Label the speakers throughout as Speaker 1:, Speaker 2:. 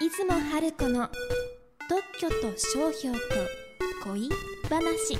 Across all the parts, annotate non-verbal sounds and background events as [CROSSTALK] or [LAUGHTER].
Speaker 1: 安野春子の特許と商標と恋話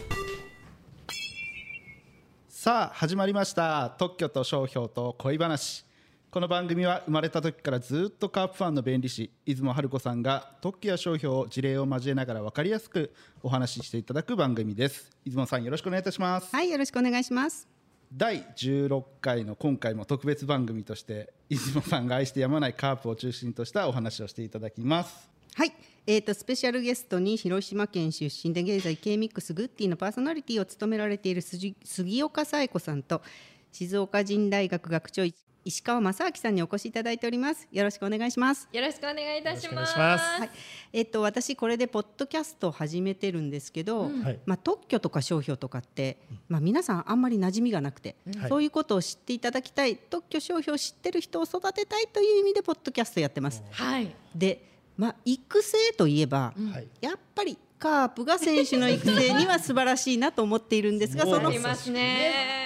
Speaker 2: さあ始まりました特許と商標と恋話この番組は生まれた時からずっとカープファンの弁理士出雲春子さんが特許や商標を事例を交えながら分かりやすくお話ししていただく番組です出雲さんよろしくお願いいたします
Speaker 3: はい、よろしくお願いします。
Speaker 2: 第16回の今回も特別番組として出雲さんが愛してやまないカープを中心としたお話をしていただきます
Speaker 3: はい、えー、とスペシャルゲストに広島県出身で現在 K ミックスグッティのパーソナリティを務められている杉杉岡紗恵子さんと静岡人大学学長石川正明さんにお越しいただいております。よろしくお願いします。
Speaker 4: よろしくお願いいたします。
Speaker 3: はい、えっ、と私これでポッドキャストを始めてるんですけど、
Speaker 4: うん
Speaker 5: はい
Speaker 3: まあ特許とか商標とかって、まあ皆さんあんまり馴染みがなくて、
Speaker 5: はい
Speaker 3: そういうことを知っていただきたい、特許商標を知ってる人を育てたいという意味でポッドキャストやってます。
Speaker 4: はい。
Speaker 3: で、まあ、育成といえば、
Speaker 4: うん
Speaker 5: はい
Speaker 3: やっぱりカープが選手の育成には素晴らしいなと思っているんですが
Speaker 5: もう
Speaker 3: その
Speaker 4: ありますね。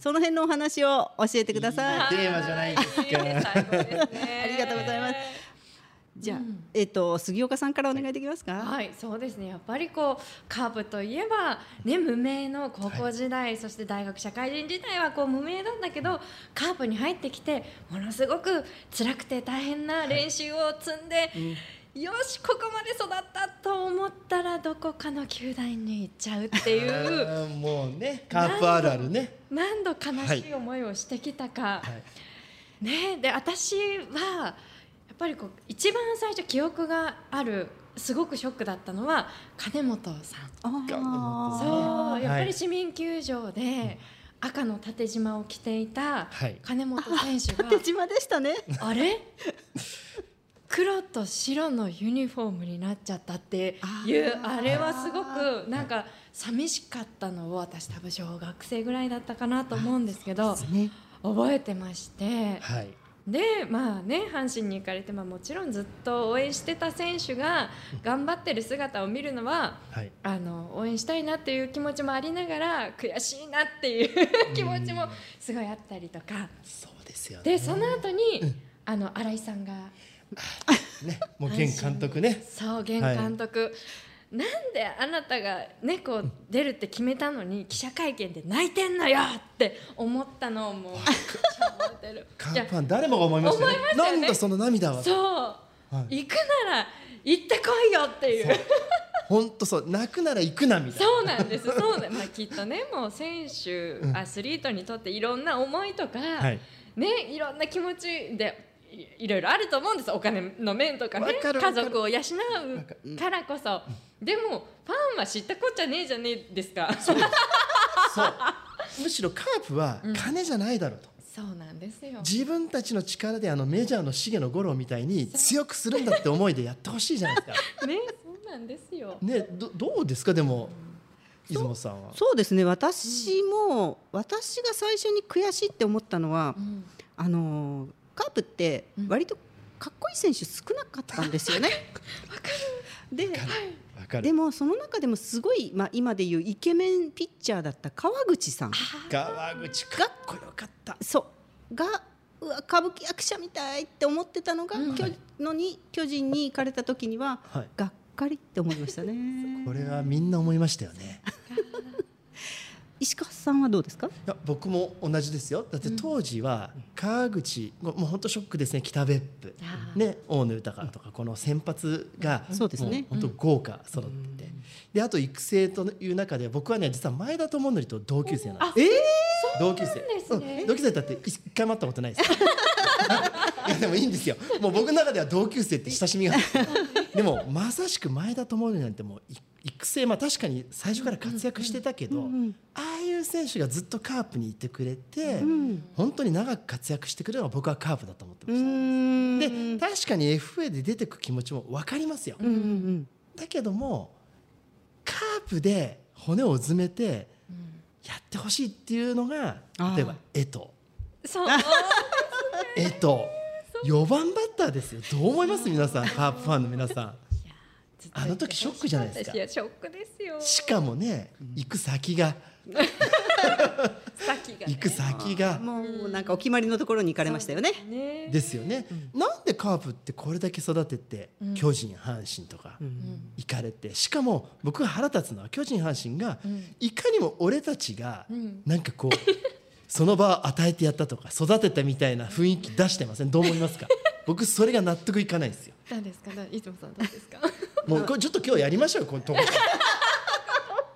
Speaker 3: その辺のお話を教えてください。
Speaker 5: テーマじゃないですか
Speaker 4: 最高ですね
Speaker 3: ありがとうございます。じゃあ、えっ、と杉岡さんからお願いできますか。
Speaker 4: はい、そうですね。やっぱりこうカープといえばね無名の高校時代、そして大学社会人時代はこう無名なんだけど、カープに入ってきてものすごく辛くて大変な練習を積んで。よしここまで育ったと思ったらどこかの球団に行っちゃうっていう
Speaker 5: あーもうねカープあるあるね
Speaker 4: 何度悲しい思いをしてきたか、
Speaker 5: はい
Speaker 4: ねで私はやっぱりこう一番最初記憶があるすごくショックだったのは金本さん
Speaker 3: あ
Speaker 4: そ
Speaker 3: ー
Speaker 4: うやっぱり市民球場で赤の縦縞を着ていた
Speaker 5: はい
Speaker 4: 金本選
Speaker 5: [LAUGHS]
Speaker 3: [LAUGHS]
Speaker 4: 手が、
Speaker 3: 縦島でしたね。
Speaker 4: あれ黒と白のユニフォームになっちゃったっていう
Speaker 3: あー
Speaker 4: あれはすごくなんか寂しかったのを私多分小学生ぐらいだったかなと思うんですけど
Speaker 3: ね。
Speaker 4: 覚えてまして
Speaker 5: はい
Speaker 4: でまあね阪神に行かれて、まあ、もちろんずっと応援してた選手が頑張ってる姿を見るのは
Speaker 5: はい
Speaker 4: あの応援したいなっていう気持ちもありながら悔しいなっていう [LAUGHS] 気持ちもすごいあったりとか
Speaker 5: そうですよね
Speaker 4: でその後にあの新井さんが
Speaker 5: ねもう現監督ね
Speaker 4: そう現監督、なんであなたが猫、を出るって決めたのに記者会見で泣いてんのよって思ったのをもうめっちゃ覚えてる。
Speaker 5: カ
Speaker 4: いや
Speaker 5: ープファン誰もが思いましたよね
Speaker 4: 思いましたよね
Speaker 5: なんだその涙は
Speaker 4: そう
Speaker 5: はい
Speaker 4: 行くなら行ってこいよっていう
Speaker 5: 本当そう泣くなら行くなみたい
Speaker 4: そうなんですそうなんまあきっとねもう選手、アスリートにとっていろんな思いとか、
Speaker 5: なはい
Speaker 4: ねいろんな気持ちでいいろいろあると思うんですお金の面とかね
Speaker 5: わかるわか
Speaker 4: 家
Speaker 5: る
Speaker 4: 族を養うからこそでもファンは知ったこっちゃねえじゃねえですか [LAUGHS] そう
Speaker 5: [LAUGHS] そうむしろカープは金じゃないだろうと
Speaker 4: なんですよ
Speaker 5: 自分たちの力であのメジャーの重野五郎みたいに強くするんだって思いでやってほしいじゃないです [LAUGHS] か
Speaker 4: ねそうなんですよ
Speaker 5: ねどどうですかでも出雲さんは
Speaker 3: そうですね。私も、私が最初に悔しいって思ったのは、
Speaker 4: うん
Speaker 3: あのーカープって
Speaker 4: うん
Speaker 3: 割とかっこいい選手少なかったんですよね。で
Speaker 5: わか
Speaker 3: で
Speaker 5: る
Speaker 3: もその中でもすごい、まあ、今でいうイケメンピッチャーだった川口さん
Speaker 5: 川口かっこよかった
Speaker 3: そうがうわ歌舞伎役者みたいって思ってたのが、
Speaker 4: うん
Speaker 3: 巨のに巨人に行かれた時には
Speaker 5: はい
Speaker 3: がっかりって思いましたね。
Speaker 5: [LAUGHS] これはみんな思いましたよね。
Speaker 3: 石川さんはどうですか
Speaker 5: いや僕も同じですよ。だって当時は川口、もうもう本当ショックですね。北別府
Speaker 4: あー
Speaker 5: ね大野豊とかこの先発が
Speaker 3: そうですね
Speaker 5: も本当豪華揃ってて、であと育成という中で僕はね実は前田智則と同級生なんです。
Speaker 3: え
Speaker 5: 同級生
Speaker 4: そうなんですね
Speaker 5: 同級生だって一回も会ったことないで
Speaker 4: [LAUGHS]
Speaker 5: すいやでもいいんですよもう僕の中では同級生って親しみがあるでもまさしく前田智則なんてもうい育成まあ確かに最初から活躍してたけど、
Speaker 3: ん
Speaker 5: ああいう選手がずっとカープにいてくれて、
Speaker 3: ん
Speaker 5: 本当に長く活躍してくれるのが僕はカープだと思って
Speaker 3: う
Speaker 5: まし
Speaker 3: ー
Speaker 5: た、
Speaker 3: ん
Speaker 5: で確かに FA で出てく気持ちも分かりますよ、
Speaker 3: うんうん
Speaker 5: だけどもカープで骨をうずめてやってほしいっていうのが
Speaker 3: あー
Speaker 5: 例えば江藤
Speaker 4: そう [LAUGHS]
Speaker 5: 江藤4番バッターですよどう思います皆さんカープファンの皆さんあの時ショックじゃないですか
Speaker 4: いやショックですよ
Speaker 5: しかもね行く先が
Speaker 4: ス先がね
Speaker 5: 行く先が
Speaker 3: もうなんかお決まりのところに行かれましたよね。
Speaker 4: ね
Speaker 5: ですよね、なんでカープってこれだけ育てて、
Speaker 4: うん
Speaker 5: 巨人阪神とか
Speaker 4: うん
Speaker 5: 行かれてしかも僕が腹立つのは巨人阪神が、
Speaker 4: うん
Speaker 5: いかにも俺たちが、
Speaker 4: うん
Speaker 5: なんかこう [LAUGHS] その場を与えてやったとか育てたみたいな雰囲気出してませんどう思いま
Speaker 4: [LAUGHS]
Speaker 5: すか僕それが納得いかないんですよ
Speaker 4: 何ですかいつもさんどうです [LAUGHS] か
Speaker 5: もうこれちょっと今日やりましょうよこの
Speaker 4: [LAUGHS]
Speaker 5: とこ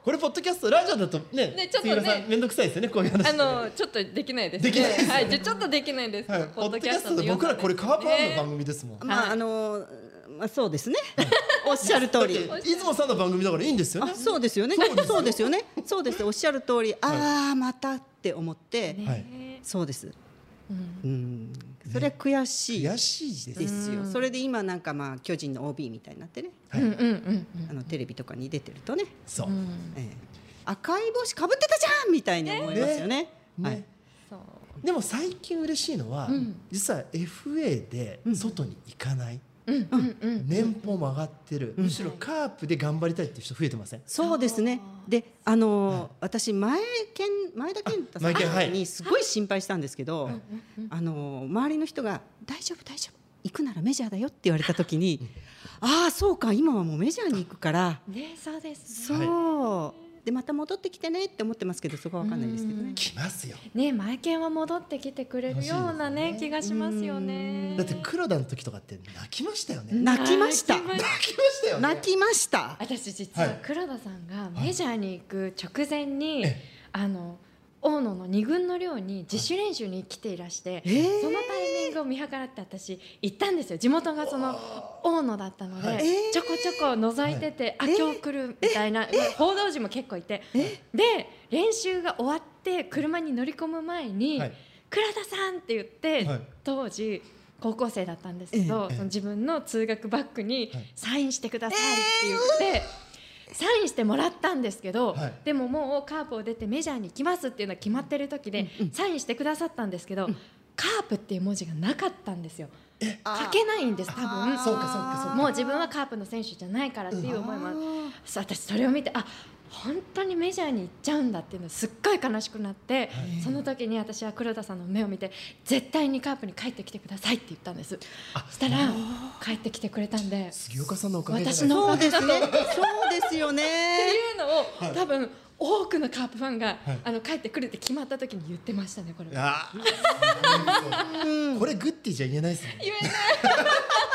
Speaker 5: これポッドキャストラジオだとね
Speaker 4: ねちょっとね
Speaker 5: 杉浦さん面倒くさいですよねこういう話
Speaker 4: あのちょっとできないです、ね、
Speaker 5: できないです
Speaker 4: はいじゃあちょっとできないです、
Speaker 5: はい、ポッドキャストで僕らこれカープアンの番組ですもん、
Speaker 3: まああのまあそうです [LAUGHS] ね。おっしゃる通り。
Speaker 5: だって出雲さんの番組だからいいんですよね
Speaker 3: あそうですよね。そうですよね。そうです。おっしゃる通 [LAUGHS] り。ああまたって思って。
Speaker 4: ね、
Speaker 5: はい
Speaker 3: そうです。
Speaker 4: うん
Speaker 3: うん。それは悔しい
Speaker 5: 悔しいで
Speaker 3: ですすよ。
Speaker 4: うん
Speaker 3: それで今なんかまあ巨人の OB みたいになってね。
Speaker 5: はい
Speaker 4: うんうんうん
Speaker 3: あのテレビとかに出てるとね。
Speaker 5: そう、
Speaker 4: うんう
Speaker 5: ね
Speaker 4: ん
Speaker 3: ええ赤い帽子かぶってたじゃんみたいに思いますよね。はい。
Speaker 4: そう
Speaker 5: でも最近嬉しいのは、
Speaker 4: うん
Speaker 5: 実は FA で外に行かない、
Speaker 4: うんうんうん
Speaker 5: 年俸も上がってる、
Speaker 3: うん
Speaker 5: むしろカープで頑張りたいっていう人増えてません、
Speaker 3: そうですね。で、あのー私前健前田健太さ
Speaker 5: あ前健はい
Speaker 3: んにすごい心配したんですけど、
Speaker 5: はい
Speaker 3: あのー周りの人が大丈夫大丈夫行くならメジャーだよって言われた時に、ああそうか今はもうメジャーに行くから、
Speaker 4: ねそうです
Speaker 3: そう
Speaker 4: ね。
Speaker 3: でまた戻ってきてねって思ってますけどそこはわかんないですけどね。
Speaker 5: 来ますよ
Speaker 4: ね前犬は戻ってきてくれるようなね
Speaker 5: 欲し
Speaker 4: 気
Speaker 5: いですね
Speaker 4: がしますよ
Speaker 3: う
Speaker 4: ね
Speaker 3: ん
Speaker 5: だって黒田の時とかって泣きましたよね、
Speaker 3: うん泣きました
Speaker 4: 泣きま
Speaker 5: 泣きましたよね
Speaker 3: 泣きました。
Speaker 4: 私実は
Speaker 5: はい
Speaker 4: 黒田さんがメジャーに行く直前に、
Speaker 5: ええ
Speaker 4: あの大野の二軍の寮に自主練習に来ていらして、
Speaker 3: えー
Speaker 4: そのタイミングを見計らって私行ったんですよ地元がその大野だったので、
Speaker 5: はい
Speaker 4: ちょこちょこ覗いてて、
Speaker 3: はい
Speaker 4: あ
Speaker 3: えー
Speaker 4: 今日来るみたいな、まあ報道陣も結構いて
Speaker 3: え
Speaker 4: で練習が終わって車に乗り込む前に「
Speaker 5: はい
Speaker 4: 倉田さん!」って言って、
Speaker 5: はい
Speaker 4: 当時高校生だったんですけど、
Speaker 5: ええ
Speaker 4: その自分の通学バッグに
Speaker 5: はい
Speaker 4: サインしてくださいって言って。サインしてもらったんですけど、
Speaker 5: はい
Speaker 4: でももうカープを出てメジャーに行きますっていうのは決まってる時で、サインしてくださったんですけど、カープっていう文字がなかったんですよ書けないんです多分
Speaker 5: そうかそうかそうか
Speaker 4: もう自分はカープの選手じゃないからっていう思いもあるそう私それを見てあ本当にメジャーに行っちゃうんだっていうのすっごい悲しくなって、その時に私は黒田さんの目を見て絶対にカープに帰ってきてくださいって言ったんですしたら帰ってきてくれたんでって
Speaker 5: 杉岡さんのおかげじゃない
Speaker 4: 私の
Speaker 3: そうです
Speaker 4: [LAUGHS]
Speaker 3: ね。そうですよ
Speaker 4: い
Speaker 3: ね。
Speaker 4: うのを、多分多くのカープファンが、
Speaker 5: はい
Speaker 4: あの帰ってくるって決まった時に言ってましたねこれは
Speaker 5: あーこれグッティじゃ言えないですね
Speaker 4: 言えない私のおか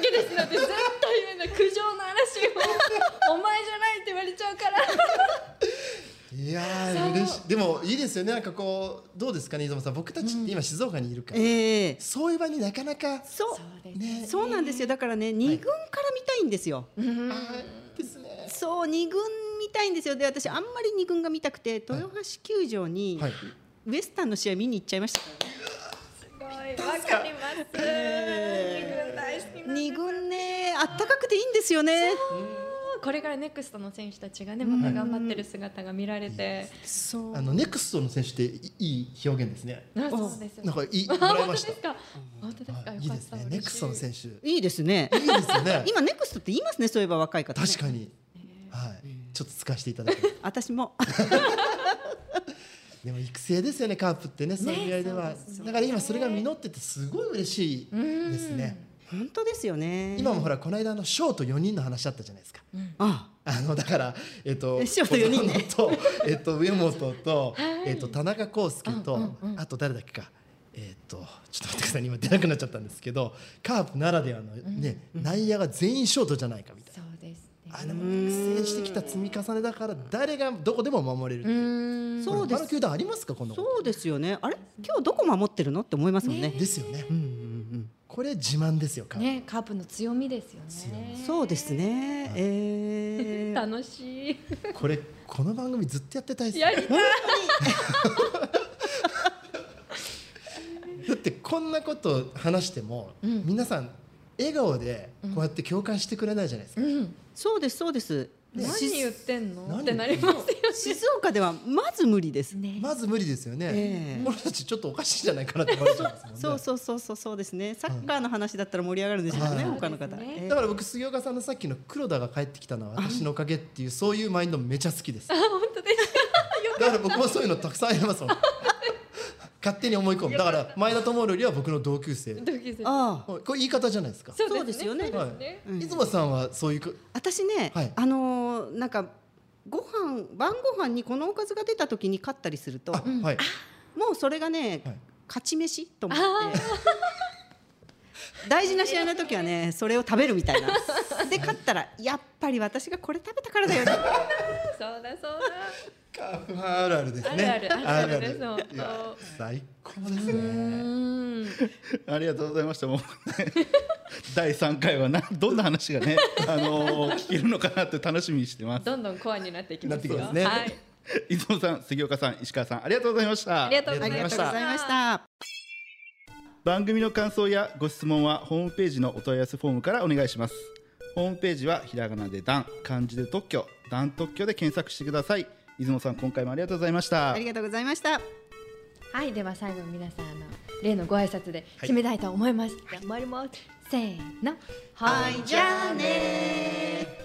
Speaker 4: げですなんて絶対言えない苦情の嵐をお前じゃないって言われちゃうから
Speaker 5: いやー嬉しいでもいいですよねなんかこうどうですかね伊沢さん僕たちって今静岡にいるから、
Speaker 3: ええ
Speaker 5: そういう場になかなか
Speaker 3: そう
Speaker 4: そうです
Speaker 5: ね
Speaker 3: そうなんですよ。だからね、二軍から見たいんですよ。
Speaker 4: うん
Speaker 5: ですね
Speaker 3: そう、二軍見たいんですよ。で、私あんまり二軍が見たくて、豊橋球場に、
Speaker 5: はい
Speaker 3: ウエスタンの試合見に行っちゃいました。
Speaker 4: すごいわかります。二軍大好きなんです
Speaker 3: 二軍ね、あったかくていいんですよね。
Speaker 4: これからネクストの選手たちがね、また頑張ってる姿が見られて。
Speaker 3: そう
Speaker 5: あ。のネクストの選手っていいい表現ですね
Speaker 4: あそうですよ。
Speaker 5: なんかいいも
Speaker 4: あ
Speaker 5: らい
Speaker 4: [LAUGHS] 本当
Speaker 5: ま
Speaker 4: で
Speaker 5: し
Speaker 4: す
Speaker 5: た
Speaker 4: か。本当ですか。
Speaker 5: は
Speaker 4: よか
Speaker 5: いいい
Speaker 4: っ
Speaker 5: です
Speaker 4: た。
Speaker 5: ね
Speaker 4: 嬉しい
Speaker 5: ネクストの選手い
Speaker 3: いいですね。
Speaker 5: いですよ
Speaker 4: [LAUGHS]
Speaker 5: ね
Speaker 3: 今ネクストって言いますね、そういえば若い方、ね。
Speaker 5: 確かにはいちょっと使わせていただきます
Speaker 3: 私も。
Speaker 5: でも育成ですよねカープってねそういう意味合いで
Speaker 4: そ
Speaker 5: は、
Speaker 4: うですね
Speaker 5: だから今それが実っててすごい嬉しいですね
Speaker 3: 本当ですよね。
Speaker 5: 今もほらこの間のショート4人の話あったじゃないですか
Speaker 3: あ
Speaker 5: あのだから、えっと、
Speaker 3: えショート四人ね
Speaker 5: 小園と、えっと、上本と、
Speaker 4: はい
Speaker 5: えっと、田中康介と、あと誰だっけか。えっと、ちょっと待ってください、今出なくなっちゃったんですけど、カープならではのね、内野が全員ショートじゃないかみたい
Speaker 4: そうですね。
Speaker 5: な。あでも育成してきた積み重ねだから、誰がどこでも守れる。
Speaker 4: うん。
Speaker 3: そうで
Speaker 5: 他の
Speaker 3: す。
Speaker 5: 球団ありますか、この。
Speaker 3: そうですよね。あれ、今日どこ守ってるのって思いますもんね。
Speaker 5: ですよね
Speaker 3: う。んうん
Speaker 5: これ自慢ですよ、カープ。
Speaker 4: ね、カープの強みですよね
Speaker 3: う。ん。そうですね。ええ
Speaker 4: [LAUGHS] 楽しい。
Speaker 5: これ、この番組ずっとやってたいですね
Speaker 4: やりたい。
Speaker 5: だってこんなこと話しても、皆さん笑顔でこうやって共感してくれないじゃないですか、
Speaker 4: うん。
Speaker 3: そうですそうです。
Speaker 4: 何言ってんの
Speaker 5: 何
Speaker 4: ってなりますよ。
Speaker 3: 静岡ではまず無理です。
Speaker 4: ね。
Speaker 5: まず無理ですよね、
Speaker 3: ええ
Speaker 5: 俺たちちょっとおかしいんじゃないかなって思われちゃうんですもんね
Speaker 3: そうそうそうそうそうですね。サッカーの話だったら盛り上がるんでしょうね。
Speaker 5: はい
Speaker 3: 他の方。
Speaker 4: そうですね
Speaker 3: え
Speaker 5: だから僕杉岡さんのさっきの黒田が帰ってきたのは私のおかげっていうそういうマインドめちゃ好きです
Speaker 4: あ本当ですか。よか
Speaker 5: だから僕もそういうのたくさんありますもん勝手に思い込むだから前田智よりは僕の同級生
Speaker 4: ドキドキ
Speaker 3: ああ
Speaker 5: これ言い方じゃないですか
Speaker 4: そう
Speaker 3: そうですよね
Speaker 4: そうですね
Speaker 3: うん
Speaker 5: 出雲さんはそういうか
Speaker 3: 私ね、
Speaker 5: はい
Speaker 3: あのーなんかご飯晩ご飯にこのおかずが出た時に勝ったりすると
Speaker 5: あ、はい
Speaker 3: もうそれがね、
Speaker 5: はい
Speaker 3: 勝ち飯と思って大事な試合の時はねそれを食べるみたいなで勝ったらやっぱり私がこれ食べたからだよ
Speaker 5: [LAUGHS]
Speaker 3: ね
Speaker 4: そうだそう
Speaker 5: カープファンあるあるですね
Speaker 4: あるあるあるあるです
Speaker 5: あるあるいや最高です
Speaker 4: だう
Speaker 5: ね
Speaker 4: ん
Speaker 2: ありがとうございました。もうね第三回はなどんな話がね、あのー聞けるのかなって楽しみにしてます。
Speaker 4: どんどんコアになっていきますよ
Speaker 5: なってきますね
Speaker 4: はい
Speaker 2: 伊藤さん、杉岡さん、石川さん、ありがとうございました。
Speaker 4: ありがとうご
Speaker 3: あ
Speaker 4: ざい
Speaker 3: りが
Speaker 4: ま
Speaker 3: とう
Speaker 4: し
Speaker 3: ご
Speaker 4: た
Speaker 3: ざいました
Speaker 2: 番組の感想やご質問はホームページのお問い合わせフォームからお願いしますホームページはひらがなで段漢字で特許段特許で検索してください出雲さん今回もありがとうございました
Speaker 3: ありがとうございました
Speaker 4: はい、では最後に皆さんあの例のご挨拶で決めたいと思います。頑張ります。せーの、
Speaker 3: はいじゃあね
Speaker 4: ー。